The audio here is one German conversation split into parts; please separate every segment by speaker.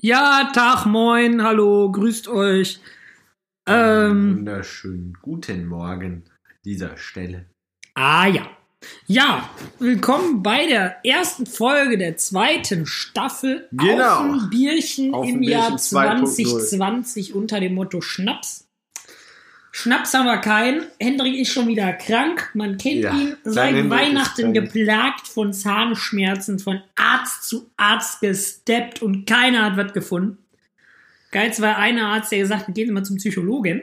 Speaker 1: Ja, Tag, moin, hallo, grüßt euch.
Speaker 2: Einen
Speaker 1: Ähm,
Speaker 2: Wunderschönen guten Morgen an dieser Stelle.
Speaker 1: ah ja. Ja, willkommen bei der ersten Folge der zweiten Staffel
Speaker 2: Genau.
Speaker 1: auf dem Bierchen
Speaker 2: Auf
Speaker 1: im
Speaker 2: dem
Speaker 1: Jahr
Speaker 2: Bierchen 2.0.
Speaker 1: 2020 unter dem Motto Schnaps. Schnaps haben wir keinen. Hendrik ist schon wieder krank. Man kennt
Speaker 2: Ja,
Speaker 1: ihn
Speaker 2: dein
Speaker 1: seit
Speaker 2: Hendrik ist
Speaker 1: Weihnachten
Speaker 2: krank.
Speaker 1: geplagt von Zahnschmerzen, von Arzt zu Arzt gesteppt und keiner hat was gefunden. Geil, war einer Arzt, der gesagt hat, gehen Sie mal zum Psychologen.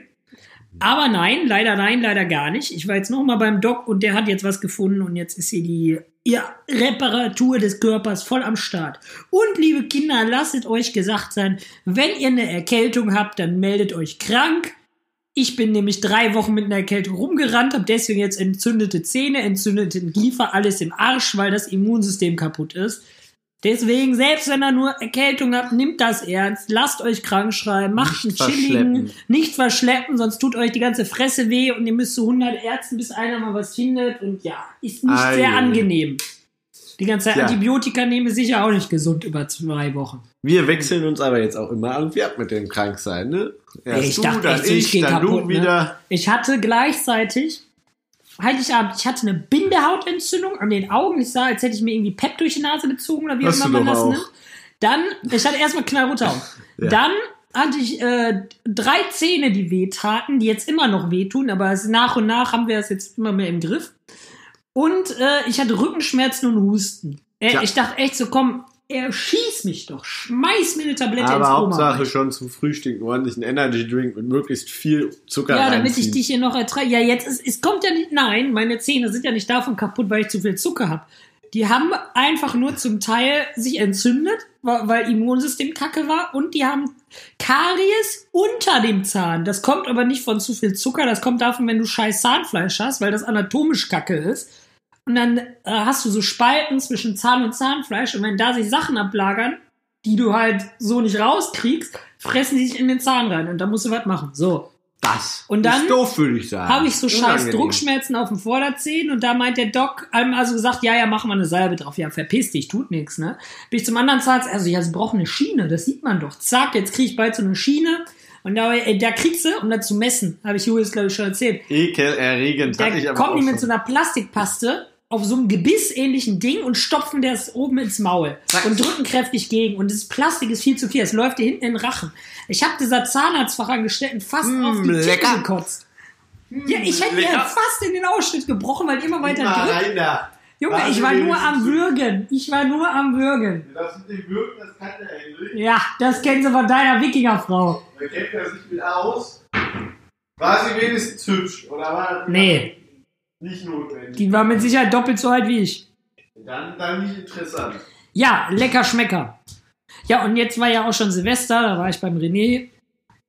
Speaker 1: Aber nein, leider nein, leider gar nicht. Ich war jetzt nochmal beim Doc und der hat jetzt was gefunden und jetzt ist hier die ja, Reparatur des Körpers voll am Start. Und liebe Kinder, lasst euch gesagt sein, wenn ihr eine Erkältung habt, dann meldet euch krank. Ich bin nämlich drei Wochen mit einer Erkältung rumgerannt, habe deswegen jetzt entzündete Zähne, entzündeten Kiefer, alles im Arsch, weil das Immunsystem kaputt ist. Deswegen, selbst wenn ihr nur Erkältung habt, nimmt das ernst. Lasst euch krank schreiben, macht
Speaker 2: Nicht
Speaker 1: einen chilligen,
Speaker 2: verschleppen.
Speaker 1: nicht verschleppen, sonst tut euch die ganze Fresse weh und ihr müsst zu 100 Ärzten, bis einer mal was findet. Und ja, ist nicht
Speaker 2: Ei.
Speaker 1: sehr angenehm. Die ganze Zeit
Speaker 2: Ja.
Speaker 1: Antibiotika nehmen ist sicher auch nicht gesund über zwei Wochen.
Speaker 2: Wir wechseln uns aber jetzt auch immer an Pferd mit dem Kranksein, ne? Erst
Speaker 1: ich dachte echt, so, ich geh
Speaker 2: dann
Speaker 1: kaputt,
Speaker 2: du
Speaker 1: ne?
Speaker 2: wieder.
Speaker 1: Ich hatte gleichzeitig, Heiligabend, ich hatte eine Bindehautentzündung an den Augen. Ich sah, als hätte ich mir irgendwie Pep durch die Nase gezogen oder wie auch
Speaker 2: Hast
Speaker 1: immer
Speaker 2: du
Speaker 1: man
Speaker 2: doch
Speaker 1: das
Speaker 2: auch.
Speaker 1: nimmt. Dann, ich hatte erstmal knallrote Augen. Dann hatte ich äh, drei Zähne, die wehtaten, die jetzt immer noch wehtun, aber es, nach und nach haben wir es jetzt immer mehr im Griff. Und äh, ich hatte Rückenschmerzen und Husten. Äh,
Speaker 2: Tja.
Speaker 1: Ich dachte echt so, komm, er schieß mich doch, schmeiß mir eine Tablette ins
Speaker 2: Aber
Speaker 1: Koma.
Speaker 2: Hauptsache schon zum Frühstück einen ordentlichen Energy Drink mit möglichst viel Zucker
Speaker 1: Ja, damit
Speaker 2: reinziehen.
Speaker 1: ich dich hier noch ertrage. Ja, jetzt ist, es kommt ja nicht. Nein, meine Zähne sind ja nicht davon kaputt, weil ich zu viel Zucker habe. Die haben einfach nur zum Teil sich entzündet, wa- weil Immunsystem kacke war und die haben Karies unter dem Zahn. Das kommt aber nicht von zu viel Zucker, das kommt davon, wenn du scheiß Zahnfleisch hast, weil das anatomisch kacke ist. Und dann äh, hast du so Spalten zwischen Zahn und Zahnfleisch und wenn da sich Sachen ablagern, die du halt so nicht rauskriegst, fressen die sich in den Zahn rein und da musst du was machen. So.
Speaker 2: das
Speaker 1: Und dann
Speaker 2: ist doof, würde ich sagen.
Speaker 1: Habe ich so scheiß
Speaker 2: Unangenehm.
Speaker 1: Druckschmerzen auf dem Vorderzehen und da meint der Doc, ähm, also gesagt, ja, ja, machen wir eine Salbe drauf. Ja, verpiss dich, tut nichts, ne? Bin ich zum anderen Zahnarzt, also ja, sie brauchen eine Schiene, das sieht man doch. Zack, jetzt krieg ich bald so eine Schiene und da, äh, da kriegst du, um das zu messen, habe ich Julius, glaube ich, schon erzählt.
Speaker 2: Ekelerregend. hatte ich
Speaker 1: Da
Speaker 2: aber
Speaker 1: kommen die
Speaker 2: auch
Speaker 1: mit so
Speaker 2: schon.
Speaker 1: einer Plastikpaste auf so einem gebissähnlichen Ding und stopfen das oben ins Maul
Speaker 2: Zack.
Speaker 1: und drücken kräftig gegen. Und das Plastik ist viel zu viel. Es läuft dir hinten in den Rachen. Ich habe dieser Zahnarztfachangestellten fast
Speaker 2: Mm,
Speaker 1: auf die
Speaker 2: lecker. Hm,
Speaker 1: Titten gekotzt. Ja, ich hätte mir
Speaker 2: lecker.
Speaker 1: fast in den Ausschnitt gebrochen, weil die immer weiter
Speaker 2: Immer
Speaker 1: drückt.
Speaker 2: rein da.
Speaker 1: Junge,
Speaker 2: Warte,
Speaker 1: ich war nur
Speaker 2: wenigstens.
Speaker 1: am Würgen. Ich war nur am Würgen.
Speaker 2: Du darfst nicht wirken, das kann der Henry.
Speaker 1: Ja, das kennen sie von deiner Wikingerfrau.
Speaker 2: Da kennt er sich mit aus. War sie wenigstens hübsch oder war
Speaker 1: Nee,
Speaker 2: nicht notwendig?
Speaker 1: die war mit Sicherheit doppelt so alt wie ich.
Speaker 2: Dann, dann nicht interessant.
Speaker 1: Ja, lecker Schmecker. Ja, und jetzt war ja auch schon Silvester, da war ich beim René,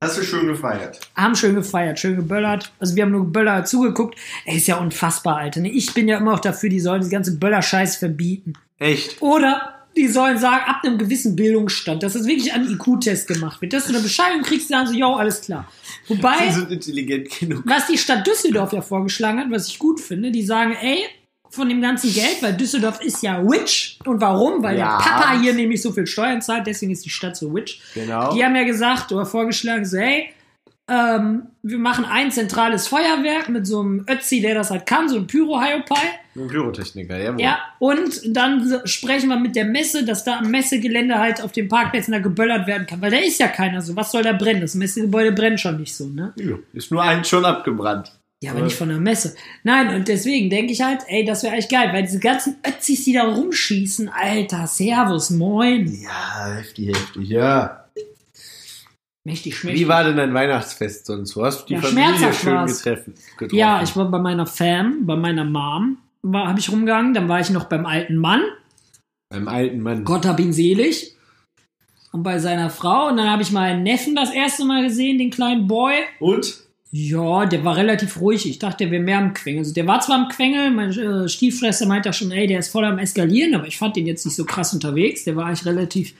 Speaker 2: Hast du schön gefeiert?
Speaker 1: haben schön gefeiert, schön geböllert. Also wir haben nur Böller zugeguckt. Ey, ist ja unfassbar, Alter. ne? Ich bin ja immer auch dafür, die sollen diese ganze Böller-Scheiß verbieten.
Speaker 2: Echt?
Speaker 1: Oder die sollen sagen, ab einem gewissen Bildungsstand, dass das wirklich an IQ-Test gemacht wird. Dass du eine Bescheidung kriegst, sagen so, jo, alles klar.
Speaker 2: Sie
Speaker 1: Wobei,
Speaker 2: sind intelligent genug.
Speaker 1: was die Stadt Düsseldorf ja vorgeschlagen hat, was ich gut finde, die sagen, ey, von dem ganzen Geld, weil Düsseldorf ist ja Witch. Und warum? Weil
Speaker 2: Ja.
Speaker 1: der Papa hier nämlich so viel Steuern zahlt, deswegen ist die Stadt so Witch.
Speaker 2: Genau.
Speaker 1: Die haben ja gesagt oder vorgeschlagen, so, hey, ähm, wir machen ein zentrales Feuerwerk mit so einem Ötzi, der das halt kann, so einem Pyro-Hyopai.
Speaker 2: Ein Pyrotechniker, jawohl.
Speaker 1: Ja, und dann so- sprechen wir mit der Messe, dass da am Messegelände halt auf den Parkplätzen da geböllert werden kann, weil da ist ja keiner so. Was soll da brennen? Das Messegebäude brennt schon nicht so, ne?
Speaker 2: Ja, Ist nur eins schon abgebrannt.
Speaker 1: Ja, aber
Speaker 2: Ja.
Speaker 1: nicht von der Messe. Nein, und deswegen denke ich halt, ey, das wäre eigentlich geil, weil diese ganzen Ötzis, die da rumschießen, Alter, Servus, moin.
Speaker 2: Ja, heftig, heftig, ja.
Speaker 1: Mächtig, schmächtig.
Speaker 2: Wie war denn dein Weihnachtsfest sonst? Du hast die
Speaker 1: Ja,
Speaker 2: Familie
Speaker 1: schmerzhaft
Speaker 2: schön
Speaker 1: war's.
Speaker 2: getreffen, getroffen.
Speaker 1: Ja, ich war bei meiner Fam, bei meiner Mom, habe ich rumgegangen. Dann war ich noch beim alten Mann,
Speaker 2: Beim alten Mann.
Speaker 1: Gott hab ihn selig. Und bei seiner Frau. Und dann habe ich meinen Neffen das erste Mal gesehen, den kleinen Boy.
Speaker 2: Und?
Speaker 1: Ja, der war relativ ruhig. Ich dachte, der wäre mehr am Quengeln. Also der war zwar am Quengeln, mein äh, Stieffresser meinte auch schon, ey, der ist voll am Eskalieren, aber ich fand den jetzt nicht so krass unterwegs. Der war eigentlich relativ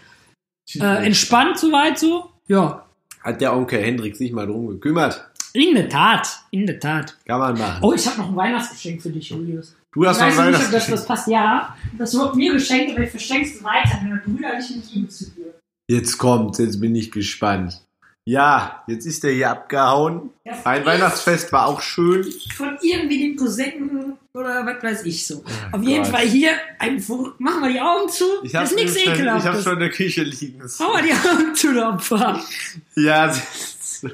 Speaker 1: äh, entspannt soweit so. Ja,
Speaker 2: Hat der Onkel Hendrik sich mal drum gekümmert?
Speaker 1: in der Tat, in der Tat.
Speaker 2: Kann man machen.
Speaker 1: Oh, ich habe noch ein Weihnachtsgeschenk für dich, Julius.
Speaker 2: Du hast noch
Speaker 1: ich
Speaker 2: ein
Speaker 1: weiß nicht, ob das
Speaker 2: Weihnachtsgeschenk.
Speaker 1: was passt. Ja, das wird mir geschenkt, aber ich verschenk's weiter, wenn du brüderlichen Liebe zu dir.
Speaker 3: Jetzt kommt, jetzt bin ich gespannt. Ja, jetzt ist er hier abgehauen. Ein Weihnachtsfest war auch schön.
Speaker 1: Von irgendwie den Cousinen oder was weiß ich so. Auf jeden
Speaker 3: Gott.
Speaker 1: Fall hier, ein, wo- machen wir die Augen zu.
Speaker 3: Ich
Speaker 1: das
Speaker 3: hab's
Speaker 1: ist nichts
Speaker 3: schon, Ich hab's
Speaker 1: Ekelhaftes.
Speaker 3: schon in der Küche liegen.
Speaker 1: Machen wir die Augen zu, du Opfer.
Speaker 3: Ja, das ist-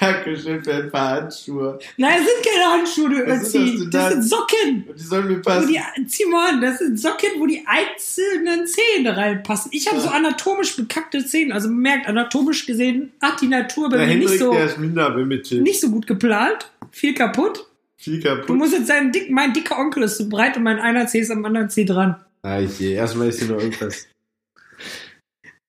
Speaker 4: Dankeschön für ein paar Handschuhe.
Speaker 1: Nein, das sind keine Handschuhe, du
Speaker 4: Was ist das
Speaker 1: Ötzi.
Speaker 4: denn
Speaker 1: Das
Speaker 4: da?
Speaker 1: sind Socken.
Speaker 4: Und die sollen mir
Speaker 1: Wo
Speaker 4: passen.
Speaker 1: Oh, die, Simon, das sind Socken, wo die einzelnen Zähne reinpassen. Ich habe so anatomisch bekackte Zähne. Also man merkt, anatomisch gesehen hat die Natur bei
Speaker 3: der
Speaker 1: mir
Speaker 3: Hendrik,
Speaker 1: nicht so,
Speaker 3: der ist minder bemittelt.
Speaker 1: nicht so gut geplant. Viel kaputt.
Speaker 3: Viel
Speaker 1: Du
Speaker 3: kaputt.
Speaker 1: musst jetzt sagen, dick, mein dicker Onkel ist zu breit und mein einer Zeh ist am anderen Zeh dran.
Speaker 3: Ah, ich, erstmal ist hier noch irgendwas.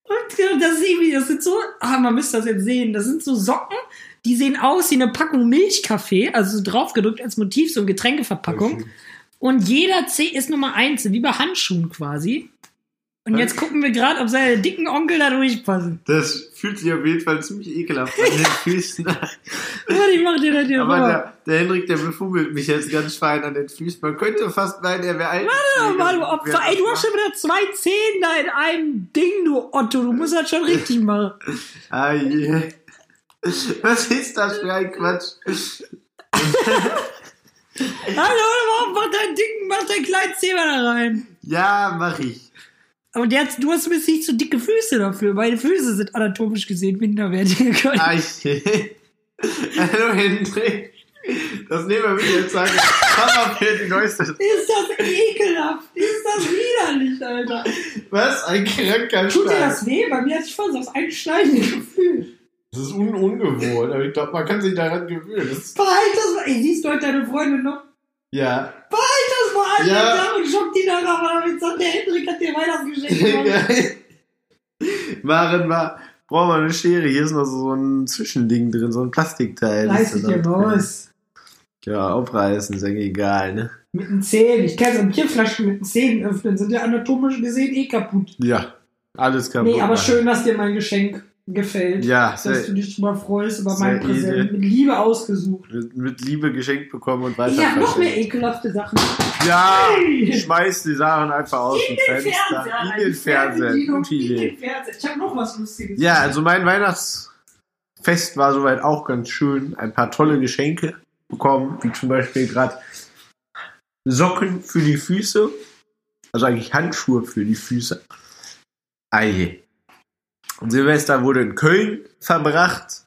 Speaker 1: Und ja, das ist irgendwie, das sind so, ah, man müsste das jetzt sehen. Das sind so Socken, die sehen aus wie eine Packung Milchkaffee, also so draufgedrückt als Motiv, so eine Getränkeverpackung. Und jeder Zeh ist Nummer eins, wie bei Handschuhen quasi.
Speaker 3: Äh.
Speaker 1: Und jetzt gucken wir gerade, ob seine dicken Onkel da durchpassen.
Speaker 3: Das fühlt sich auf jeden Fall ziemlich ekelhaft an den Füßen.
Speaker 1: Warte, ich mach dir das hier
Speaker 3: Aber
Speaker 1: vor.
Speaker 3: der, der Hendrik, der befummelt mich jetzt ganz fein an den Füßen. Man könnte fast meinen, er wäre ein.
Speaker 1: Warte mal, du Opfer. Ey, du hast schon wieder zwei Zehen da in einem Ding, du Otto. Du musst das schon richtig machen.
Speaker 3: Ah, je. Was ist das für ein Quatsch?
Speaker 1: Hallo, warum macht dein dicken, macht dein kleinen Zeh mal da rein?
Speaker 3: Ja, mach ich.
Speaker 1: Aber der, hat- du hast zumindest nicht so dicke Füße dafür. Meine Füße sind anatomisch gesehen minderwertig.
Speaker 3: Ah, je. Hallo, Hendrik. Das nehmen wir mit jetzt sagen. Komm für die neueste.
Speaker 1: Ist das ekelhaft? Ist das widerlich, Alter?
Speaker 4: Was? Ein kranker
Speaker 1: Tut dir
Speaker 4: Scheiß.
Speaker 1: das weh? Bei mir hat sich voll so das einschneidende Gefühl.
Speaker 4: Das ist un ungewohnt, aber ich glaube, man kann sich daran gewöhnen. Das ist
Speaker 1: Behalt das mal. Ey, siehst du heute deine Freundin noch?
Speaker 4: ja.
Speaker 1: Das war an
Speaker 4: Ja.
Speaker 1: ja. und schock die danach, weil damit sagt, der Hendrik hat dir Weihnachtsgeschenk gemacht.
Speaker 3: Maren war. Brauchen wir eine Schere? Hier ist noch so ein Zwischending drin, so ein Plastikteil.
Speaker 1: Reiß dich
Speaker 3: Ist da
Speaker 1: hier
Speaker 3: noch drin.
Speaker 1: raus.
Speaker 3: Ja, aufreißen, ist eigentlich egal, ne?
Speaker 1: Mit den Zähnen. Ich kann so Bierflaschen mit den Zähnen öffnen. Sind ja anatomisch gesehen eh kaputt.
Speaker 3: Ja, alles kaputt.
Speaker 1: nee, aber
Speaker 3: machen.
Speaker 1: schön, dass dir mein Geschenk gefällt.
Speaker 3: Ja,
Speaker 1: Dass du
Speaker 3: sehr,
Speaker 1: dich mal freust über
Speaker 3: sehr
Speaker 1: mein Präsent.
Speaker 3: edel.
Speaker 1: Mit Liebe ausgesucht.
Speaker 3: mit, mit Liebe geschenkt bekommen und weiter
Speaker 1: Ich habe noch mehr
Speaker 3: verschenkt.
Speaker 1: ekelhafte Sachen.
Speaker 3: Ja,
Speaker 1: Hey!
Speaker 3: schmeiß die Sachen einfach aus dem Fenster.
Speaker 1: Fernseher,
Speaker 3: In den Fernseher.
Speaker 1: Fernbedienung,
Speaker 3: Gute
Speaker 1: In
Speaker 3: Idee.
Speaker 1: den Fernseher. Ich habe noch was Lustiges.
Speaker 3: Ja, also mein Weihnachtsfest war soweit auch ganz schön. Ein paar tolle Geschenke bekommen, wie zum Beispiel gerade Socken für die Füße. Also eigentlich Handschuhe für die Füße. Ei. Und Silvester wurde in Köln verbracht.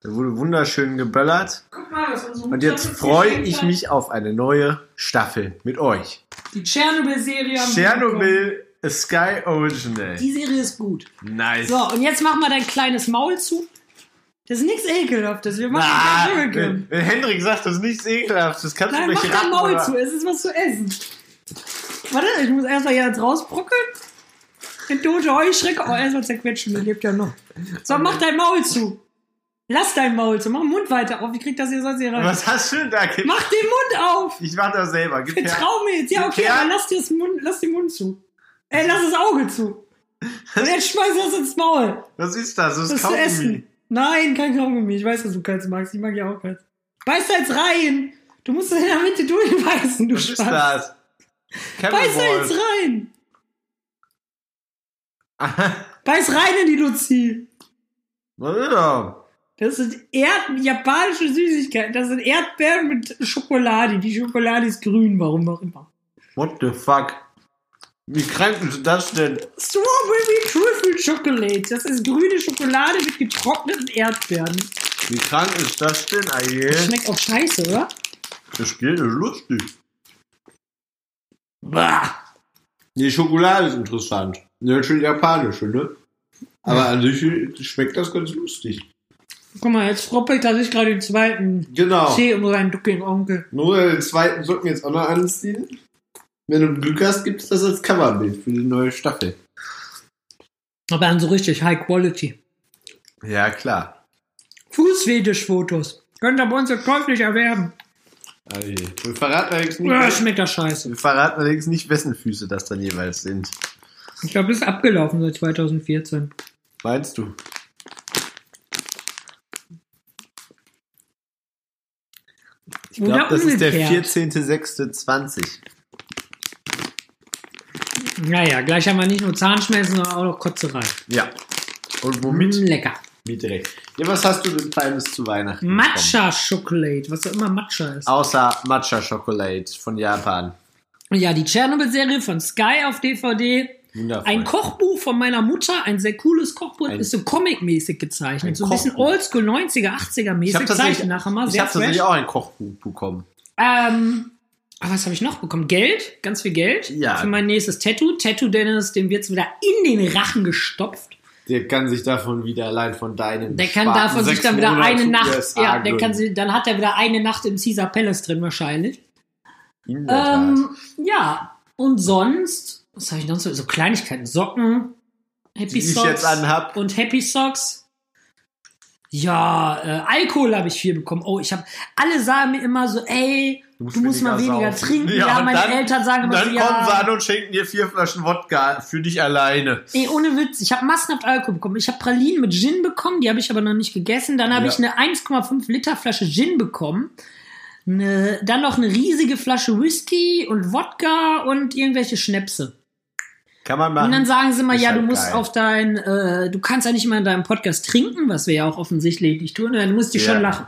Speaker 3: Da wurde wunderschön geböllert.
Speaker 1: Guck mal, was unsere
Speaker 3: Und
Speaker 1: Mutter
Speaker 3: jetzt
Speaker 1: uns
Speaker 3: freue
Speaker 1: geschenkt
Speaker 3: ich
Speaker 1: hat.
Speaker 3: mich auf eine neue Staffel mit euch.
Speaker 1: Die Tschernobyl-Serie. haben wir bekommen.
Speaker 3: Tschernobyl a Sky Original.
Speaker 1: Die Serie ist gut.
Speaker 3: Nice.
Speaker 1: So, und jetzt mach mal dein kleines Maul zu. Das ist nichts Ekelhaftes. Wir machen
Speaker 3: Ah,
Speaker 1: kein Dschungelcamp.
Speaker 3: wenn, wenn Hendrik sagt, das ist nichts ekelhaft, das kannst
Speaker 1: Nein,
Speaker 3: du
Speaker 1: mach
Speaker 3: nicht
Speaker 1: dein
Speaker 3: raten,
Speaker 1: Maul
Speaker 3: Also oder?
Speaker 1: zu. Es ist was zu essen. Warte, ich muss erstmal hier jetzt rausbrockeln. Den tote Heuschrecke. Oh, erstmal zerquetschen, der lebt ja noch. So, mach dein Maul zu. Lass dein Maul zu. Mach den Mund weiter auf. Wie kriegt das hier sonst hier rein?
Speaker 3: Was hast du denn da? ge-
Speaker 1: Mach den Mund auf!
Speaker 3: Ich mach das selber. Gib her.
Speaker 1: Vertrau mir jetzt. Ja, okay,
Speaker 3: Ja.
Speaker 1: aber lass, dir das Mund, lass den Mund zu. Ey, lass das Auge zu. Und jetzt schmeiß das ins Maul.
Speaker 3: Was ist das? Das
Speaker 1: Das
Speaker 3: ist
Speaker 1: zu
Speaker 3: Kaugummi.
Speaker 1: essen. Nein, kein Kaugummi. Ich weiß, dass du keins magst. Ich mag ja auch keins. Beiß da jetzt rein. Du musst das in der Mitte durchbeißen, du
Speaker 3: Was ist
Speaker 1: Schwanz.
Speaker 3: das?
Speaker 1: Beiß da jetzt
Speaker 3: Cannonball.
Speaker 1: rein. Beiß rein in die Luzi.
Speaker 3: Was ist das?
Speaker 1: Das sind Erd japanische Süßigkeiten. Das sind Erdbeeren mit Schokolade. Die Schokolade ist grün, warum auch immer.
Speaker 3: What the fuck? Wie krank ist das denn?
Speaker 1: Strawberry Trüffel Chocolate. Das ist grüne Schokolade mit getrockneten Erdbeeren.
Speaker 3: Wie krank ist das denn? Ah, je.
Speaker 1: Das schmeckt auch scheiße, oder?
Speaker 3: Das geht, das ist lustig.
Speaker 1: Bah.
Speaker 3: Die Schokolade ist interessant. Natürlich japanische, ne? Aber an sich schmeckt das ganz lustig.
Speaker 1: Guck mal, jetzt froppelt er sich gerade den zweiten
Speaker 3: Genau.
Speaker 1: Tee um seinen ducklen Onkel.
Speaker 3: Nur den zweiten sollten wir jetzt auch noch anziehen. Wenn du Glück hast, gibt es das als Coverbild für die neue Staffel.
Speaker 1: Aber dann so richtig High Quality.
Speaker 3: Ja, klar.
Speaker 1: Fußfetisch-Fotos. Könnt ihr bei uns jetzt käuflich erwerben.
Speaker 3: Also, wir verraten allerdings nicht,
Speaker 1: Ah, schmeckt das scheiße.
Speaker 3: wir verraten allerdings nicht, wessen Füße das dann jeweils sind.
Speaker 1: Ich glaube, das ist abgelaufen seit 2014.
Speaker 3: Meinst du?
Speaker 1: Ich
Speaker 3: Ich glaube, das ist der 14.06.20.
Speaker 1: Naja, gleich haben wir nicht nur Zahnschmerzen, sondern auch noch Kotzerei.
Speaker 5: Ja. Und womit?
Speaker 1: Mm, lecker.
Speaker 3: Mit Recht. Ja, was hast du denn Kleines zu Weihnachten? bekommen?
Speaker 1: Matcha-Schokolade, was auch immer Matcha ist.
Speaker 3: Außer Matcha Schokolade von Japan.
Speaker 1: Ja, die Tschernobyl-Serie von Sky auf DVD.
Speaker 3: Wundervoll.
Speaker 1: Ein Kochbuch von meiner Mutter, ein sehr cooles Kochbuch,
Speaker 3: Ein-
Speaker 1: ist so comic-mäßig gezeichnet.
Speaker 3: Ein
Speaker 1: So ein bisschen
Speaker 3: Kochbuch.
Speaker 1: oldschool 90er, 80er
Speaker 3: ich habe
Speaker 1: mäßig
Speaker 3: tatsächlich,
Speaker 1: Zeichen nachher mal.
Speaker 3: ich
Speaker 1: Sehr
Speaker 3: hab tatsächlich
Speaker 1: fresh.
Speaker 3: auch ein Kochbuch bekommen.
Speaker 1: Ähm, ah, was habe ich noch bekommen? Geld, ganz viel Geld
Speaker 3: Ja.
Speaker 1: für mein nächstes Tattoo. Tattoo Dennis, dem wird's wieder in den Rachen gestopft.
Speaker 3: Der kann sich davon wieder allein von deinen.
Speaker 1: Der kann
Speaker 3: sparten
Speaker 1: davon sich
Speaker 3: sechs
Speaker 1: dann wieder
Speaker 3: Monaten
Speaker 1: eine Nacht,
Speaker 3: USA
Speaker 1: ja, der
Speaker 3: gönnen.
Speaker 1: kann sie, dann hat er wieder eine Nacht im Caesar Palace drin wahrscheinlich.
Speaker 3: In der Tat.
Speaker 1: Ähm, ja, und sonst, was habe ich noch so? So Kleinigkeiten, Socken, Happy
Speaker 3: die ich
Speaker 1: Socks
Speaker 3: jetzt anhab.
Speaker 1: und Happy Socks. Ja, äh, Alkohol habe ich viel bekommen. Oh, ich habe alle sagen mir immer so, ey, du musst,
Speaker 5: musst
Speaker 1: mal
Speaker 5: weniger
Speaker 1: weniger
Speaker 5: saufen.
Speaker 1: trinken. Ja,
Speaker 3: Ja, und
Speaker 1: meine
Speaker 3: dann-
Speaker 1: Eltern sagen immer so,
Speaker 5: Dann kommen sie
Speaker 1: ja,
Speaker 5: an und schenken dir vier Flaschen Wodka für dich alleine.
Speaker 1: ey, ohne Witz, ich habe massenhaft Alkohol bekommen. Ich habe Pralinen mit Gin bekommen, die habe ich aber noch nicht gegessen. Dann habe
Speaker 3: Ja.
Speaker 1: ich eine 1,5 Liter Flasche Gin bekommen. Eine, dann noch eine riesige Flasche Whisky und Wodka und irgendwelche Schnäpse.
Speaker 3: Kann man machen.
Speaker 1: Und dann sagen sie mal,
Speaker 3: Ist
Speaker 1: ja,
Speaker 3: halt
Speaker 1: du musst
Speaker 3: geil.
Speaker 1: auf dein, äh, du kannst ja nicht mal in deinem Podcast trinken, was wir ja auch offensichtlich nicht tun, dann musst du
Speaker 5: Ja.
Speaker 1: schon lachen.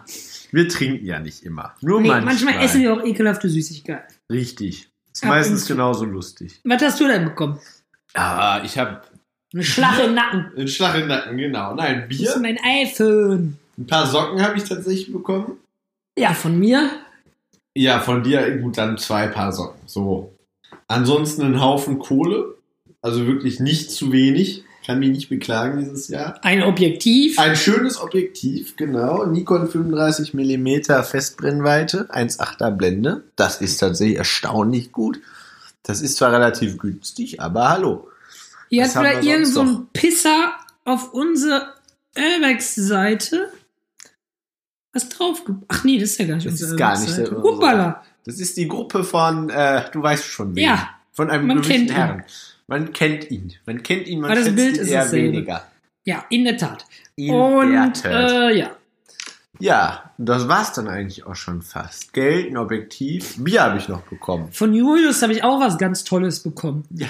Speaker 5: Wir trinken ja nicht immer.
Speaker 3: Oh
Speaker 5: Nur
Speaker 1: Nee, manchmal.
Speaker 5: manchmal.
Speaker 1: essen wir auch ekelhafte Süßigkeiten.
Speaker 5: Richtig. Ist
Speaker 1: Ab
Speaker 5: meistens
Speaker 1: und zu.
Speaker 5: genauso lustig.
Speaker 1: Was hast du denn bekommen?
Speaker 3: Ah, ich habe
Speaker 1: Eine Schlache im Nacken.
Speaker 3: einen Schlag im Nacken, genau. Nein,
Speaker 1: Das ist
Speaker 3: Bier.
Speaker 1: mein iPhone.
Speaker 3: Ein paar Socken habe ich tatsächlich bekommen.
Speaker 1: Ja, von mir.
Speaker 3: Ja, von dir gut dann zwei Paar Socken. So. Ansonsten einen Haufen Kohle. Also wirklich nicht zu wenig. Kann mich nicht beklagen dieses Jahr.
Speaker 1: Ein Objektiv.
Speaker 3: Ein schönes Objektiv, genau. Nikon 35 mm Festbrennweite, 1,8er Blende. Das ist tatsächlich erstaunlich gut. Das ist zwar relativ günstig, aber hallo.
Speaker 1: Ihr
Speaker 3: was
Speaker 1: habt wieder
Speaker 3: haben wir sonst
Speaker 1: irgend so
Speaker 3: noch?
Speaker 1: einen Pisser auf unsere Airbags-Seite. Was drauf? ge- Ach nee, das ist ja gar nicht
Speaker 3: Das
Speaker 1: unsere
Speaker 3: ist gar
Speaker 1: Airbags-Seite.
Speaker 3: nicht der-
Speaker 1: Huppala.
Speaker 3: Das ist die Gruppe von, äh, du weißt schon wen.
Speaker 1: Ja.
Speaker 3: Von einem
Speaker 1: Man
Speaker 3: gewissen
Speaker 1: kennt ihn.
Speaker 3: Herrn. Man kennt ihn. Man kennt ihn, man
Speaker 1: Aber das
Speaker 3: schätzt
Speaker 1: Bild
Speaker 3: ihn
Speaker 1: ist
Speaker 3: eher
Speaker 1: dasselbe.
Speaker 3: weniger.
Speaker 1: Ja, in der Tat.
Speaker 3: In der
Speaker 1: Und
Speaker 3: Tat.
Speaker 1: äh, ja.
Speaker 3: ja, das war's dann eigentlich auch schon fast. Geld, ein Objektiv, Bier habe ich noch bekommen.
Speaker 1: Von Julius habe ich auch was ganz Tolles bekommen.
Speaker 3: Ja.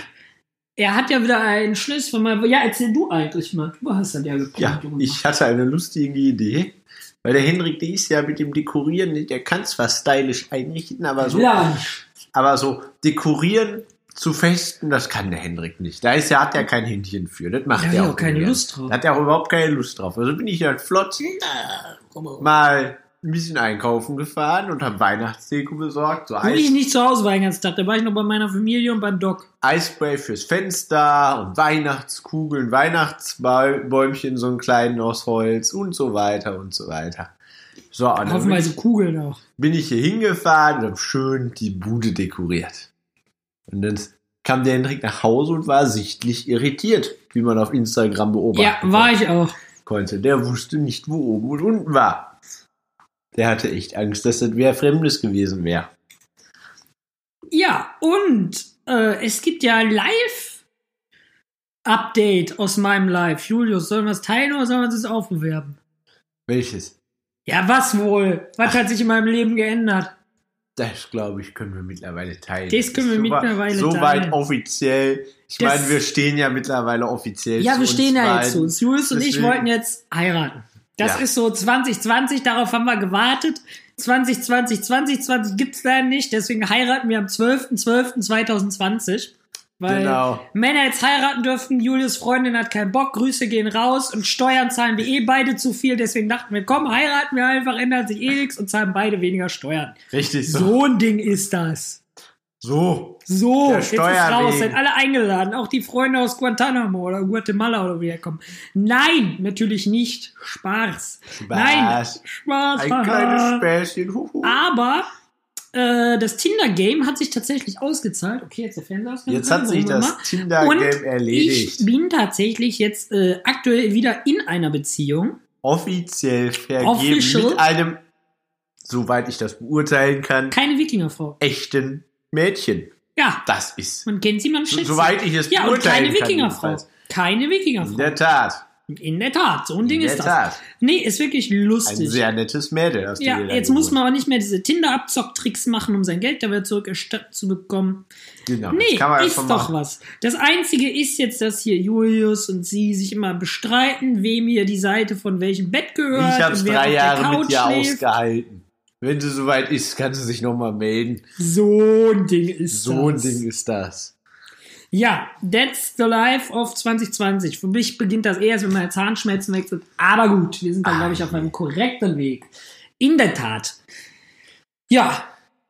Speaker 1: Er hat ja wieder einen Schlüssel von meinem. Ja, erzähl du eigentlich mal. Du hast das ja gekommen.
Speaker 3: Ja, ich hatte eine lustige Idee, weil der Henrik, der ist ja mit dem Dekorieren, der kann zwar stylisch einrichten, aber so,
Speaker 1: Ja,
Speaker 3: aber so dekorieren zu festen, das kann der Henrik nicht. Da ist ja, hat er kein Händchen für, das macht
Speaker 1: Da
Speaker 3: er
Speaker 1: hat
Speaker 3: auch,
Speaker 1: er auch keine
Speaker 3: ungern.
Speaker 1: Lust drauf.
Speaker 3: Da hat er auch überhaupt keine Lust drauf. Also bin ich dann flott mal ein bisschen einkaufen gefahren und habe Weihnachtsdeko besorgt, so
Speaker 1: Obwohl ich
Speaker 3: Eis,
Speaker 1: nicht zu Hause war den ganzen Tag. Da war ich noch bei meiner Familie und beim Doc.
Speaker 3: Eisspray fürs Fenster und Weihnachtskugeln, Weihnachtsbäumchen, so einen kleinen aus Holz und so weiter und so weiter. So, und dann bin,
Speaker 1: Haufenweise
Speaker 3: ich,
Speaker 1: Kugeln auch.
Speaker 3: bin ich hier hingefahren und habe schön die Bude dekoriert. Und dann kam der Hendrik nach Hause und war sichtlich irritiert, wie man auf Instagram beobachten
Speaker 1: Ja, war ich auch.
Speaker 3: konnte. Der wusste nicht, wo oben und unten war. Der hatte echt Angst, dass das wer Fremdes gewesen wäre.
Speaker 1: Ja, und äh, es gibt ja ein Live-Update aus meinem Live. Julius, sollen wir es teilen oder sollen wir es aufbewerben?
Speaker 3: Welches?
Speaker 1: Ja, was wohl? Was hat sich in meinem Leben geändert?
Speaker 3: Das, glaube ich, können wir mittlerweile teilen.
Speaker 1: Das können wir
Speaker 3: Ist so wa-
Speaker 1: mittlerweile
Speaker 3: so
Speaker 1: teilen.
Speaker 3: weit offiziell. Ich
Speaker 1: Das-
Speaker 3: meine, wir stehen ja mittlerweile offiziell
Speaker 1: Ja, wir stehen ja jetzt zu
Speaker 3: beiden.
Speaker 1: uns. Julius und ich
Speaker 3: Deswegen-
Speaker 1: wollten jetzt heiraten. Das
Speaker 3: Ja.
Speaker 1: ist so 2020, darauf haben wir gewartet. 2020, 2020 gibt's leider nicht, deswegen heiraten wir am 12.12.2020. Weil
Speaker 3: Genau.
Speaker 1: Männer jetzt heiraten dürfen, Julius Freundin hat keinen Bock, Grüße gehen raus und Steuern zahlen wir eh beide zu viel, deswegen dachten wir, komm, heiraten wir einfach, ändert sich eh nichts und zahlen beide weniger Steuern.
Speaker 3: Richtig so.
Speaker 1: So ein Ding ist das.
Speaker 3: So.
Speaker 1: So,
Speaker 3: Der
Speaker 1: jetzt ist
Speaker 3: Steuer
Speaker 1: raus,
Speaker 3: wegen.
Speaker 1: sind alle eingeladen, auch die Freunde aus Guantanamo oder Guatemala oder wie herkommen. Nein, natürlich nicht. Spaß. Nein, Spaß. Ah,
Speaker 3: Ein kleines Späßchen. Huhu.
Speaker 1: Aber äh, das Tinder-Game hat sich tatsächlich ausgezahlt. Okay, jetzt der Fernseher ist
Speaker 3: Jetzt
Speaker 1: ganz
Speaker 3: hat
Speaker 1: an,
Speaker 3: sich
Speaker 1: warum
Speaker 3: das
Speaker 1: immer.
Speaker 3: Tinder-Game
Speaker 1: Und Ich
Speaker 3: erledigt.
Speaker 1: bin tatsächlich jetzt äh, aktuell wieder in einer Beziehung.
Speaker 3: Offiziell vergeben
Speaker 1: Official.
Speaker 3: mit einem, soweit ich das beurteilen kann,
Speaker 1: Keine Wikingerfrau.
Speaker 3: echten Mädchen.
Speaker 1: Ja,
Speaker 3: Das ist.
Speaker 1: man kennt sie, man
Speaker 3: So-
Speaker 1: schätzt sie.
Speaker 3: Soweit ich es
Speaker 1: Ja, und keine
Speaker 3: beurteilen kann.
Speaker 1: Wikingerfrau.
Speaker 3: jedenfalls.
Speaker 1: Keine
Speaker 3: In
Speaker 1: Wikingerfrau.
Speaker 3: der Tat.
Speaker 1: In der Tat, so ein Ding
Speaker 3: In
Speaker 1: ist
Speaker 3: der
Speaker 1: das.
Speaker 3: Tat.
Speaker 1: Nee, ist wirklich
Speaker 3: Ein
Speaker 1: lustig.
Speaker 3: sehr nettes Mädel. hast du
Speaker 1: ja,
Speaker 3: dir da
Speaker 1: jetzt muss
Speaker 3: geholt.
Speaker 1: man aber nicht mehr diese Tinder-Abzock-Tricks machen, um sein Geld da wieder zurückerstattet zu bekommen.
Speaker 3: Genau, das
Speaker 1: Nee,
Speaker 3: kann man
Speaker 1: ist
Speaker 3: einfach
Speaker 1: doch
Speaker 3: machen.
Speaker 1: was. Das Einzige ist jetzt, dass hier Julius und sie sich immer bestreiten, wem hier die Seite von welchem Bett gehört.
Speaker 3: Ich habe
Speaker 1: und wer auf
Speaker 3: drei
Speaker 1: der
Speaker 3: Jahre mit
Speaker 1: Couch
Speaker 3: dir
Speaker 1: schläft.
Speaker 3: ausgehalten. Wenn sie soweit ist, kann sie sich nochmal melden.
Speaker 1: So ein Ding ist
Speaker 3: So ein
Speaker 1: das.
Speaker 3: Ding ist das.
Speaker 1: Ja, that's the life of 2020. Für mich beginnt das erst, wenn meine Zahnschmerzen weg sind. Aber gut, wir sind dann, glaube ich, auf einem korrekten Weg. In der Tat. Ja,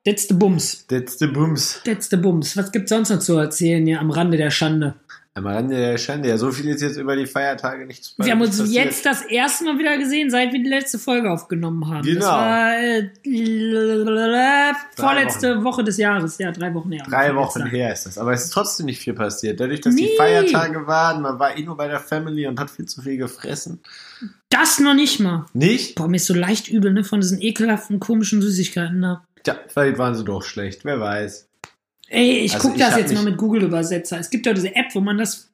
Speaker 1: that's the Bums.
Speaker 3: That's the Booms.
Speaker 1: That's the Bums. Was gibt's sonst noch zu erzählen hier am Rande der Schande?
Speaker 3: Am Rande der Schande. Ja, so viel ist jetzt über die Feiertage nichts
Speaker 1: wir haben uns
Speaker 3: passiert.
Speaker 1: jetzt das erste Mal wieder gesehen, seit wir die letzte Folge aufgenommen haben. Das
Speaker 3: Genau.
Speaker 1: war äh, vorletzte
Speaker 3: Wochen.
Speaker 1: Woche des Jahres. Ja, drei Wochen her.
Speaker 3: Drei
Speaker 1: Vorletzter.
Speaker 3: Wochen her ist das. Aber es ist trotzdem nicht viel passiert. Dadurch, dass
Speaker 1: Nee.
Speaker 3: die Feiertage waren, man war eh nur bei der Family und hat viel zu viel gefressen.
Speaker 1: Das noch nicht mal.
Speaker 3: Nicht?
Speaker 1: Boah, mir ist so leicht übel, ne, von diesen ekelhaften, komischen Süßigkeiten da.
Speaker 3: Tja, vielleicht waren sie doch schlecht. Wer weiß.
Speaker 1: Ey, ich
Speaker 3: Also
Speaker 1: guck
Speaker 3: ich
Speaker 1: das
Speaker 3: hab
Speaker 1: jetzt mal
Speaker 3: mich-
Speaker 1: mit Google-Übersetzer. Es gibt ja diese App, wo man das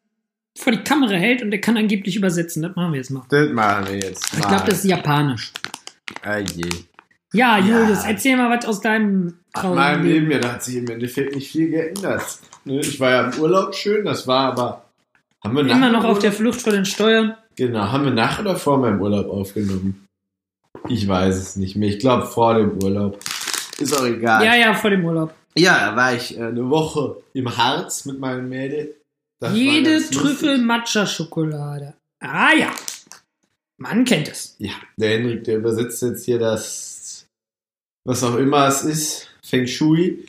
Speaker 1: vor die Kamera hält und der kann angeblich übersetzen. Das machen wir jetzt mal.
Speaker 3: Das machen wir jetzt.
Speaker 1: Ich glaube, das ist japanisch.
Speaker 3: Ah, je.
Speaker 1: Ja,
Speaker 3: Ja.
Speaker 1: Julius, erzähl mal was aus deinem
Speaker 3: Aus
Speaker 2: meinem
Speaker 1: traurigen Leben.
Speaker 2: Leben, ja, da hat sich im Endeffekt nicht viel geändert. Ne, Ich war ja im Urlaub schön, das war aber. Haben wir
Speaker 1: Immer
Speaker 2: nach-
Speaker 1: noch auf der Flucht vor den Steuern.
Speaker 2: Genau, haben wir nach oder vor meinem Urlaub aufgenommen? Ich weiß es nicht mehr. Ich glaube vor dem Urlaub.
Speaker 3: Ist auch egal.
Speaker 1: Ja, ja, vor dem Urlaub.
Speaker 2: Ja, da war ich äh, eine Woche im Harz mit meinem Mädel. Das war
Speaker 1: Jede
Speaker 2: ganz
Speaker 1: Trüffel
Speaker 2: lustig.
Speaker 1: Matcha-Schokolade. Ah ja. Man kennt es.
Speaker 2: Ja, der Henrik, der übersetzt jetzt hier das, was auch immer es ist, Feng Shui.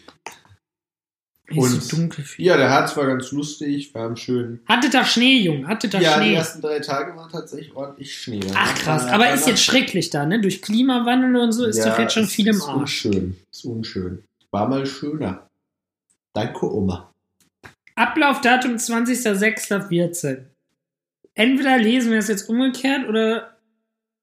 Speaker 1: ist
Speaker 2: Und-
Speaker 1: so dunkel. viel.
Speaker 2: Ja, der Harz war ganz lustig, war am schönen.
Speaker 1: Hatte da Schnee, Junge. Hatte da
Speaker 2: ja, die
Speaker 1: Schnee.
Speaker 2: ersten drei Tage war tatsächlich ordentlich Schnee.
Speaker 1: Ach krass. Aber ist jetzt schrecklich da, ne? Durch Klimawandel und so ist doch jetzt schon
Speaker 2: es
Speaker 1: viel im
Speaker 2: ist
Speaker 1: Arsch.
Speaker 2: Unschön, ist unschön. War mal schöner. Danke, Oma.
Speaker 1: Ablaufdatum 20.06.14. Entweder lesen wir es jetzt umgekehrt oder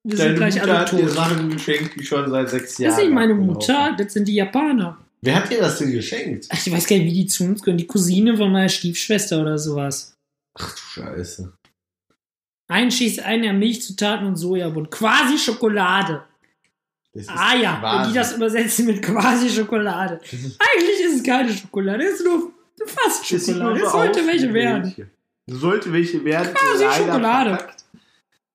Speaker 1: wir sind
Speaker 2: Deine
Speaker 1: gleich
Speaker 2: Mutter
Speaker 1: alle
Speaker 2: hat dir
Speaker 1: tot.
Speaker 2: Sachen geschenkt, die schon seit sechs Jahren.
Speaker 1: Das ist nicht meine
Speaker 2: abgelaufen
Speaker 1: Mutter, das sind die Japaner.
Speaker 2: Wer hat dir das denn geschenkt?
Speaker 1: Ach, ich weiß gar nicht, wie die zu uns gehören. Die Cousine von meiner Stiefschwester oder sowas.
Speaker 2: Ach du Scheiße.
Speaker 1: Ein schießt einen der Milchzutaten und Sojabund. Quasi Schokolade.
Speaker 2: Das ist
Speaker 1: Ah ja, und
Speaker 2: Wahnsinn.
Speaker 1: die das übersetzen mit quasi Schokolade. Eigentlich ist es keine Schokolade, es ist nur fast
Speaker 3: Es sieht
Speaker 1: Schokolade.
Speaker 3: nur
Speaker 1: Es
Speaker 3: so
Speaker 1: sollte
Speaker 3: aus wie
Speaker 1: welche werden.
Speaker 3: Sollte welche werden.
Speaker 1: Quasi
Speaker 3: leider
Speaker 1: Schokolade.
Speaker 3: verpackt.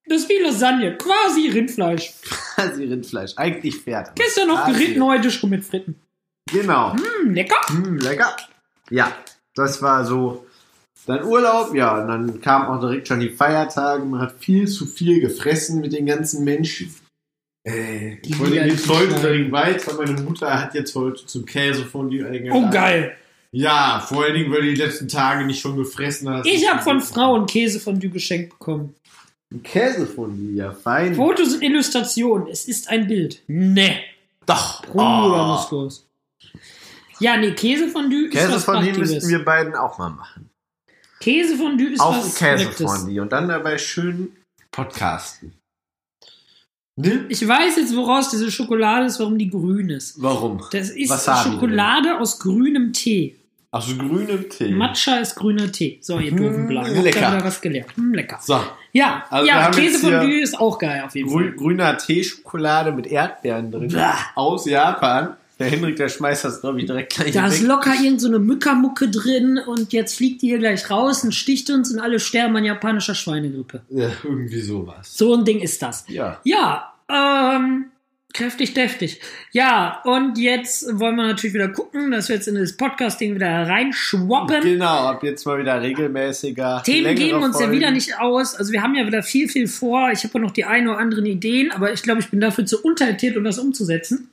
Speaker 1: Das ist wie Lasagne, quasi Rindfleisch.
Speaker 3: Quasi Rindfleisch. Eigentlich Pferd.
Speaker 1: Gestern noch
Speaker 3: Ah,
Speaker 1: geritten,
Speaker 3: hier.
Speaker 1: heute schon mit Fritten.
Speaker 3: Genau.
Speaker 1: Hm, lecker.
Speaker 3: Hm, lecker. Ja, das war so dein Urlaub. Ja, und dann kamen auch direkt schon die Feiertage. Man hat viel zu viel gefressen mit den ganzen Menschen. Äh,
Speaker 2: Ey,
Speaker 1: Die
Speaker 2: ich wollte
Speaker 1: Liga
Speaker 2: jetzt
Speaker 1: liegt
Speaker 2: heute
Speaker 1: klein.
Speaker 2: direkt weit, weil meine Mutter hat jetzt heute zum Käse von dir eingeladen.
Speaker 1: Oh, geil.
Speaker 2: Ja, vor allen Dingen, weil du die letzten Tage nicht schon gefressen hast.
Speaker 1: Ich habe von Frauen Käsefondue geschenkt bekommen.
Speaker 3: Ein Käse von dir, ja, fein.
Speaker 1: Fotos und Illustrationen. Es ist ein Bild. Nee.
Speaker 3: Doch. Oh.
Speaker 1: Bruder muss los. Ja, nee, Käsefondue ist
Speaker 3: Käse
Speaker 1: was
Speaker 3: von dir
Speaker 1: Praktisches.
Speaker 3: müssten wir beiden auch mal machen.
Speaker 1: Käsefondue ist
Speaker 3: Auf den
Speaker 1: was
Speaker 3: Käse
Speaker 1: Korrektes.
Speaker 3: von dir und dann dabei schön podcasten. Ne?
Speaker 1: Ich weiß jetzt, woraus diese Schokolade ist, warum die grün ist.
Speaker 3: Warum?
Speaker 1: Das ist
Speaker 3: Wasabi
Speaker 1: Schokolade aus grünem Tee.
Speaker 3: Aus grünem Tee.
Speaker 1: Matcha ist grüner Tee. So, ihr
Speaker 3: Hm,
Speaker 1: doofen Blagen. Habt
Speaker 3: lecker.
Speaker 1: ihr wieder was gelernt. Hm, lecker.
Speaker 3: So.
Speaker 1: Ja,
Speaker 3: Also wir
Speaker 1: ja
Speaker 3: haben jetzt
Speaker 1: Käsefondue
Speaker 3: hier
Speaker 1: ist auch geil auf jeden Fall.
Speaker 3: Grü grüner Teeschokolade mit Erdbeeren drin. Aus Japan. Der Henrik, der schmeißt das, glaube ich, direkt gleich
Speaker 1: Da ist
Speaker 3: weg.
Speaker 1: locker irgendeine so eine Mückermucke drin und jetzt fliegt die hier gleich raus und sticht uns und alle sterben an japanischer Schweinegrippe.
Speaker 2: Ja, irgendwie sowas.
Speaker 1: So ein Ding ist das.
Speaker 2: Ja.
Speaker 1: Ja, ähm, kräftig, deftig. Ja, und jetzt wollen wir natürlich wieder gucken, dass wir jetzt in das Podcast-Ding wieder reinschwappen.
Speaker 3: Genau, ab jetzt mal wieder regelmäßiger.
Speaker 1: Themen
Speaker 3: längere
Speaker 1: geben uns ja
Speaker 3: Folgen.
Speaker 1: wieder nicht aus. Also wir haben ja wieder viel, viel vor. Ich habe ja noch die ein oder anderen Ideen, aber ich glaube, ich bin dafür zu unterirritiert, um das umzusetzen.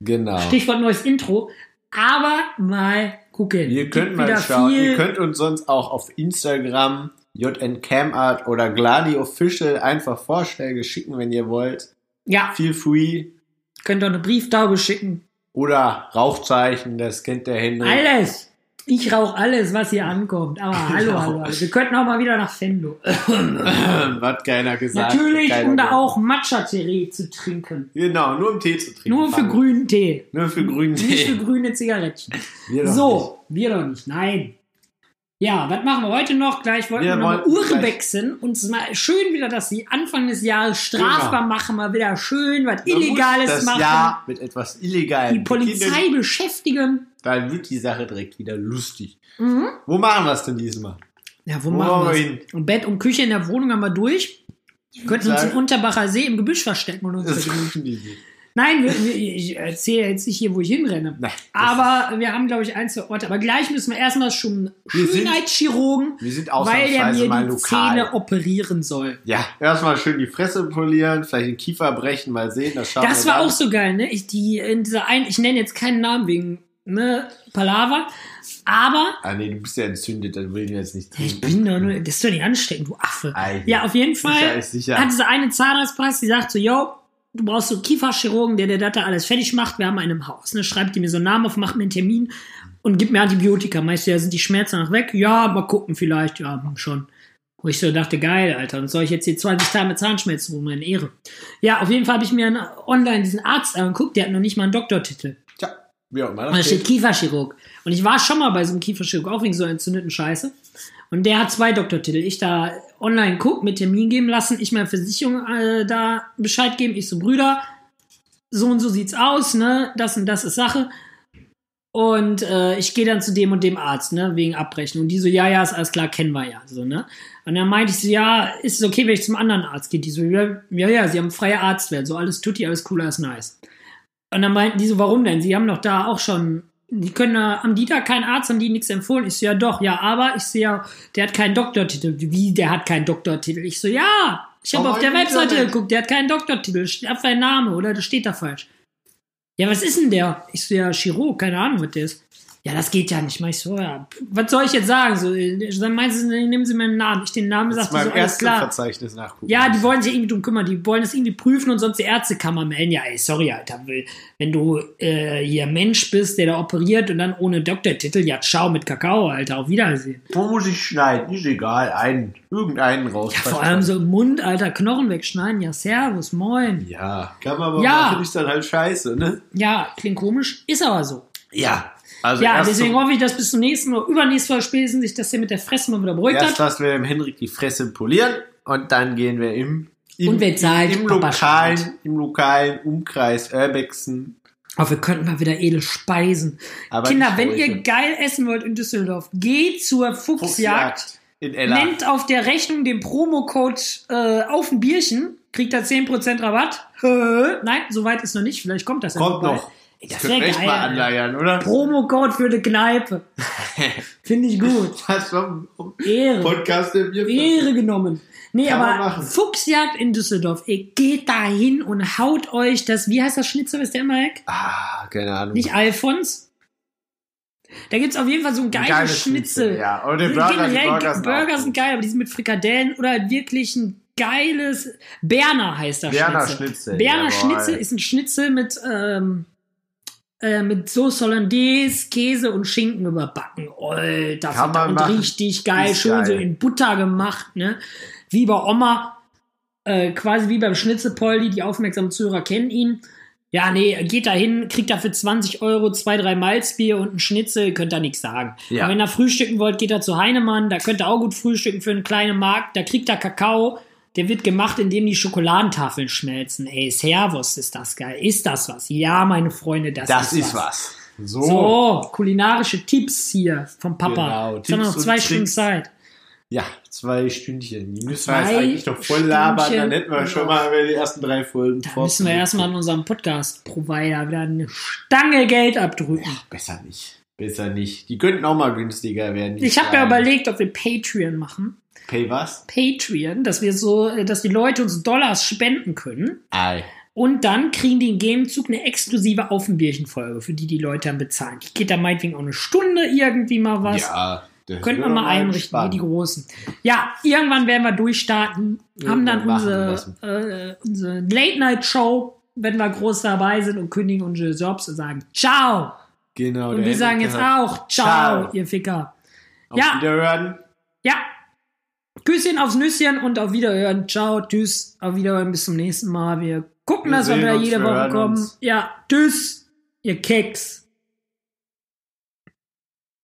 Speaker 3: Genau.
Speaker 1: Stichwort neues Intro. Aber mal gucken.
Speaker 3: Ihr könnt
Speaker 1: Gibt
Speaker 3: mal
Speaker 1: wieder
Speaker 3: schauen.
Speaker 1: viel-
Speaker 3: Ihr könnt uns sonst auch auf Instagram jncamart oder Gladi Official einfach Vorschläge schicken, wenn ihr wollt.
Speaker 1: ja,
Speaker 3: Feel free
Speaker 1: Könnt ihr eine Brieftaube schicken.
Speaker 3: oder Rauchzeichen, das kennt der Henrik.
Speaker 1: Alles. Ich rauche alles, was hier ankommt. Aber hallo, hallo, hallo. Wir könnten auch mal wieder nach Fendo.
Speaker 3: Hat keiner gesagt.
Speaker 1: Natürlich,
Speaker 3: keiner
Speaker 1: um da
Speaker 3: gesagt.
Speaker 1: auch Matcha-Tee zu trinken.
Speaker 3: Genau, nur um Tee zu trinken.
Speaker 1: Nur für
Speaker 3: Fang-
Speaker 1: grünen Tee.
Speaker 3: Nur für grünen
Speaker 1: Nicht für
Speaker 3: Tee.
Speaker 1: grüne Zigarettchen.
Speaker 3: Wir doch
Speaker 1: so, wir doch nicht. Nein. Ja, was machen wir heute noch? Gleich wollten wir,
Speaker 5: Wir
Speaker 1: noch mal
Speaker 5: wollten
Speaker 1: Uhren
Speaker 5: gleich-
Speaker 1: wechseln. Uns mal schön wieder, dass sie Anfang des Jahres strafbar machen, mal wieder schön was
Speaker 3: Genau. Man muss
Speaker 1: Illegales
Speaker 3: das
Speaker 1: machen.
Speaker 3: Jahr mit etwas Illegalem.
Speaker 1: die Polizei beschäftigen.
Speaker 3: Dann wird die Sache direkt wieder lustig.
Speaker 1: Mhm.
Speaker 3: Wo machen wir es denn diesmal?
Speaker 1: Ja, wo
Speaker 3: Wo
Speaker 1: machen
Speaker 3: wollen wir
Speaker 1: wir Und Bett und Küche in der Wohnung haben wir durch. Wir könnten uns
Speaker 3: sagen-
Speaker 1: in Unterbacher See im Gebüsch verstecken und uns
Speaker 3: Das
Speaker 1: vergnügen.
Speaker 3: rufen die nicht.
Speaker 1: Nein, wir, wir, ich erzähle jetzt nicht hier, wo ich hinrenne.
Speaker 3: Nein, das-
Speaker 1: Aber wir haben, glaube ich, ein, zwei Orte. Aber gleich müssen wir erstmal schon
Speaker 3: Wir sind-
Speaker 1: Schönheitschirurgen,
Speaker 3: Wir
Speaker 1: weil
Speaker 3: sind
Speaker 1: der
Speaker 3: ausnahmsweise
Speaker 1: mir
Speaker 3: mal
Speaker 1: die
Speaker 3: lokal.
Speaker 1: Zähne operieren soll.
Speaker 3: Ja,
Speaker 5: Erstmal schön die Fresse polieren, vielleicht den Kiefer brechen, mal sehen, das schaffen
Speaker 1: Das
Speaker 5: wir
Speaker 1: war
Speaker 5: dann.
Speaker 1: auch so geil, ne? Ich, die, in dieser einen, ich nenne jetzt keinen Namen wegen, ne, Palaver. Aber
Speaker 3: ah, nee, du bist ja entzündet, dann will ich jetzt nicht
Speaker 1: ich
Speaker 3: trinken.
Speaker 1: bin doch nur, das ist doch nicht ansteckend, du Affe.
Speaker 3: Ei,
Speaker 1: Ja, auf jeden Fall.
Speaker 3: sicher ist sicher.
Speaker 1: hat diese eine Zahnarztpraxis, die sagt so, yo, du brauchst so einen Kieferchirurgen, der der Datte alles fertig macht, wir haben einen im Haus. Ne? Schreibt die mir so einen Namen auf, macht mir einen Termin und gibt mir Antibiotika. Meinst du, ja, sind die Schmerzen noch weg? Ja, mal gucken vielleicht, ja, hm, schon. Wo ich so dachte, geil, Alter, und soll ich jetzt hier 20 Tage mit Zahnschmerzen rum, meine Ehre. Ja, auf jeden Fall habe ich mir einen, online diesen Arzt angeguckt, der hat noch nicht mal einen Doktortitel.
Speaker 3: Tja, wie auch immer
Speaker 1: Und da
Speaker 3: das
Speaker 1: steht
Speaker 3: steht.
Speaker 1: Kieferchirurg. Und ich war schon mal bei so einem Kieferchirurg, auch wegen so einer entzündeten Scheiße. Und der hat zwei Doktortitel. Ich da online guck, mit Termin geben lassen, ich meiner Versicherung äh, da Bescheid geben. Ich so, Brüder, so und so sieht's aus, ne? Das und das ist Sache. Und äh, ich gehe dann zu dem und dem Arzt, ne, wegen Abrechnung. Und die so, ja, ja, ist alles klar, kennen wir ja. So, ne? Und dann meinte ich so, ja, ist es okay, wenn ich zum anderen Arzt gehe? Die so, ja, ja, ja, sie haben freie Arztwert, so alles tutti, alles cool, alles nice. Und dann meinten die so, warum denn? Sie haben doch da auch schon, die können, da- haben die da keinen Arzt, haben die nichts empfohlen? Ich so, ja doch, ja, aber ich so, ja, der hat keinen Doktortitel. Wie, der hat keinen Doktortitel? Ich so, ja, ich habe
Speaker 3: Aber
Speaker 1: auf der
Speaker 3: im
Speaker 1: Webseite
Speaker 3: Internet.
Speaker 1: geguckt, der hat keinen Doktortitel, steht auf sein Name, oder? Das steht da falsch. Ja, was ist denn der? Ich so, ja, Chirurg, keine Ahnung, was der ist. Ja, das geht ja nicht. Mach ich so, ja, pff, was soll ich jetzt sagen? So, äh, dann meinst du, nehmen Sie meinen Namen. Ich den Namen
Speaker 5: Das
Speaker 1: sagte
Speaker 5: mal
Speaker 1: so,
Speaker 5: im
Speaker 1: alles
Speaker 5: ersten
Speaker 1: klar.
Speaker 5: Verzeichnis nachgucken.
Speaker 1: Ja, die wollen sich irgendwie drum kümmern, die wollen das irgendwie prüfen und sonst die Ärztekammer melden. Ja, ey, sorry, Alter, will- wenn du äh, hier Mensch bist, der da operiert und dann ohne Doktortitel, ja, ciao mit Kakao, Alter, auf Wiedersehen.
Speaker 5: Wo muss ich schneiden? Ist egal, einen, irgendeinen raus.
Speaker 1: Ja, vor allem so im Mund, Alter, Knochen wegschneiden, ja, servus, moin.
Speaker 5: Ja, kann man aber
Speaker 1: Ja.
Speaker 5: machen, ist dann halt scheiße, ne?
Speaker 1: Ja, klingt komisch, ist aber so.
Speaker 5: Ja. Also
Speaker 1: ja,
Speaker 5: erst,
Speaker 1: deswegen hoffe ich, dass bis zum nächsten oder übernächsten Mal spätestens sich das hier mit der Fresse mal wieder beruhigt
Speaker 5: erst
Speaker 1: hat.
Speaker 5: lassen wir dem Henrik die Fresse polieren und dann gehen wir im, im,
Speaker 1: Und wer zahlt?
Speaker 5: im,
Speaker 1: Papa
Speaker 5: lokalen, im lokalen Umkreis Urbexen.
Speaker 1: Aber wir könnten mal wieder edel speisen.
Speaker 5: Aber
Speaker 1: Kinder,
Speaker 5: nicht
Speaker 1: wenn
Speaker 5: heute.
Speaker 1: ihr geil essen wollt in Düsseldorf, geht zur Fuchsjagd.
Speaker 5: Fuchsjagd in Ella.
Speaker 1: Nennt auf der Rechnung den Promocode äh, auf ein Bierchen, kriegt da 10% Rabatt. Hä? Nein, soweit ist noch nicht. Vielleicht kommt das ja
Speaker 5: Kommt
Speaker 1: vorbei.
Speaker 5: noch.
Speaker 1: Ey, das
Speaker 5: Könnt
Speaker 1: wäre
Speaker 5: ihr echt
Speaker 1: geil.
Speaker 5: mal
Speaker 1: Alter.
Speaker 5: anleiern, oder?
Speaker 1: Promocode für die Kneipe. Finde ich gut.
Speaker 5: Das war ein
Speaker 1: Ehre.
Speaker 5: Podcast, der wir
Speaker 1: Ehre genommen. Nee,
Speaker 5: Kann man
Speaker 1: aber
Speaker 5: machen.
Speaker 1: Fuchsjagd in Düsseldorf. Ihr geht da hin und haut euch das, wie heißt das Schnitzel, ist der immer weg?
Speaker 5: Ah, keine Ahnung.
Speaker 1: Nicht Alfons? Da gibt's auf jeden Fall so ein geiles, Schnitzel.
Speaker 5: Ja, und den Burger, die
Speaker 1: Generell,
Speaker 5: Burger
Speaker 1: Burger,
Speaker 5: sind auch
Speaker 1: sind geil, aber die sind mit Frikadellen oder wirklich ein geiles Berner heißt das
Speaker 5: Berner
Speaker 1: Schnitzel.
Speaker 5: Schnitzel.
Speaker 1: Berner
Speaker 5: jawohl.
Speaker 1: Schnitzel ist ein Schnitzel mit ähm, äh, mit Soße Hollandaise, Käse und Schinken überbacken. Alter,
Speaker 5: Kann man
Speaker 1: verdammt
Speaker 5: machen.
Speaker 1: richtig geil,
Speaker 5: Ist
Speaker 1: schön so
Speaker 5: geil.
Speaker 1: in Butter gemacht, ne? Wie bei Oma, äh, quasi wie beim Schnitzelpoldi, die aufmerksamen Zuhörer kennen ihn. Ja, nee, geht da hin, kriegt dafür 20 Euro zwei, drei Malzbier und ein Schnitzel, könnt da nichts sagen.
Speaker 5: Ja.
Speaker 1: Und wenn ihr frühstücken wollt, geht da zu Heinemann, da könnt ihr auch gut frühstücken für einen kleinen Markt, da kriegt ihr Kakao, der wird gemacht, indem die Schokoladentafeln schmelzen. Ey, Servus, ist das geil. Ist das was? Ja, meine Freunde, das,
Speaker 5: Das
Speaker 1: ist,
Speaker 5: ist was. So.
Speaker 1: So, kulinarische Tipps hier vom Papa.
Speaker 5: Genau,
Speaker 1: Jetzt haben wir
Speaker 5: Tipps
Speaker 1: noch
Speaker 5: und
Speaker 1: zwei Stunden
Speaker 5: Tricks.
Speaker 1: Zeit.
Speaker 5: Ja, zwei Stündchen. Die müssen wir
Speaker 1: Zwei
Speaker 5: jetzt eigentlich noch voll labern.
Speaker 1: Stündchen.
Speaker 5: Dann hätten wir schon mal über die ersten drei Folgen
Speaker 1: Da müssen wir erstmal an unserem Podcast-Provider wieder eine Stange Geld abdrücken.
Speaker 5: Besser nicht. Besser nicht. Die könnten auch mal günstiger werden. die
Speaker 1: Ich habe ja
Speaker 5: Fragen.
Speaker 1: überlegt, ob wir Patreon machen.
Speaker 5: Pay was?
Speaker 1: Patreon, dass wir so, äh, dass die Leute uns Dollars spenden können.
Speaker 5: Ei.
Speaker 1: Und dann kriegen die im Gegenzug eine exklusive Offenbierchen-Folge, für die die Leute dann bezahlen. Die geht dann meinetwegen auch eine Stunde irgendwie mal was.
Speaker 5: Ja. das
Speaker 1: Könnten wir
Speaker 5: wäre
Speaker 1: mal einrichten, wie
Speaker 5: spannend.
Speaker 1: die Großen. Ja, irgendwann werden wir durchstarten, haben dann
Speaker 5: Irgendwann machen wir
Speaker 1: unsere, äh, unsere Late-Night-Show, wenn wir groß dabei sind und kündigen unsere Jobs und sagen Ciao.
Speaker 5: Genau.
Speaker 1: Und
Speaker 5: der
Speaker 1: wir sagen
Speaker 5: Henrik
Speaker 1: jetzt
Speaker 5: hat-
Speaker 1: auch Ciao,
Speaker 5: Ciao.
Speaker 1: ihr Ficker.
Speaker 5: Auf
Speaker 1: Ja.
Speaker 5: Wiederhören.
Speaker 1: Ja. Küsschen aufs Nüsschen und auf Wiederhören. Ciao, tschüss, auf Wiederhören, bis zum nächsten Mal. Wir gucken,
Speaker 5: Wir
Speaker 1: dass wir
Speaker 5: sehen
Speaker 1: wieder
Speaker 5: uns,
Speaker 1: jede
Speaker 5: wir
Speaker 1: Woche
Speaker 5: hören
Speaker 1: kommen.
Speaker 5: uns.
Speaker 1: Ja, tschüss, ihr Keks.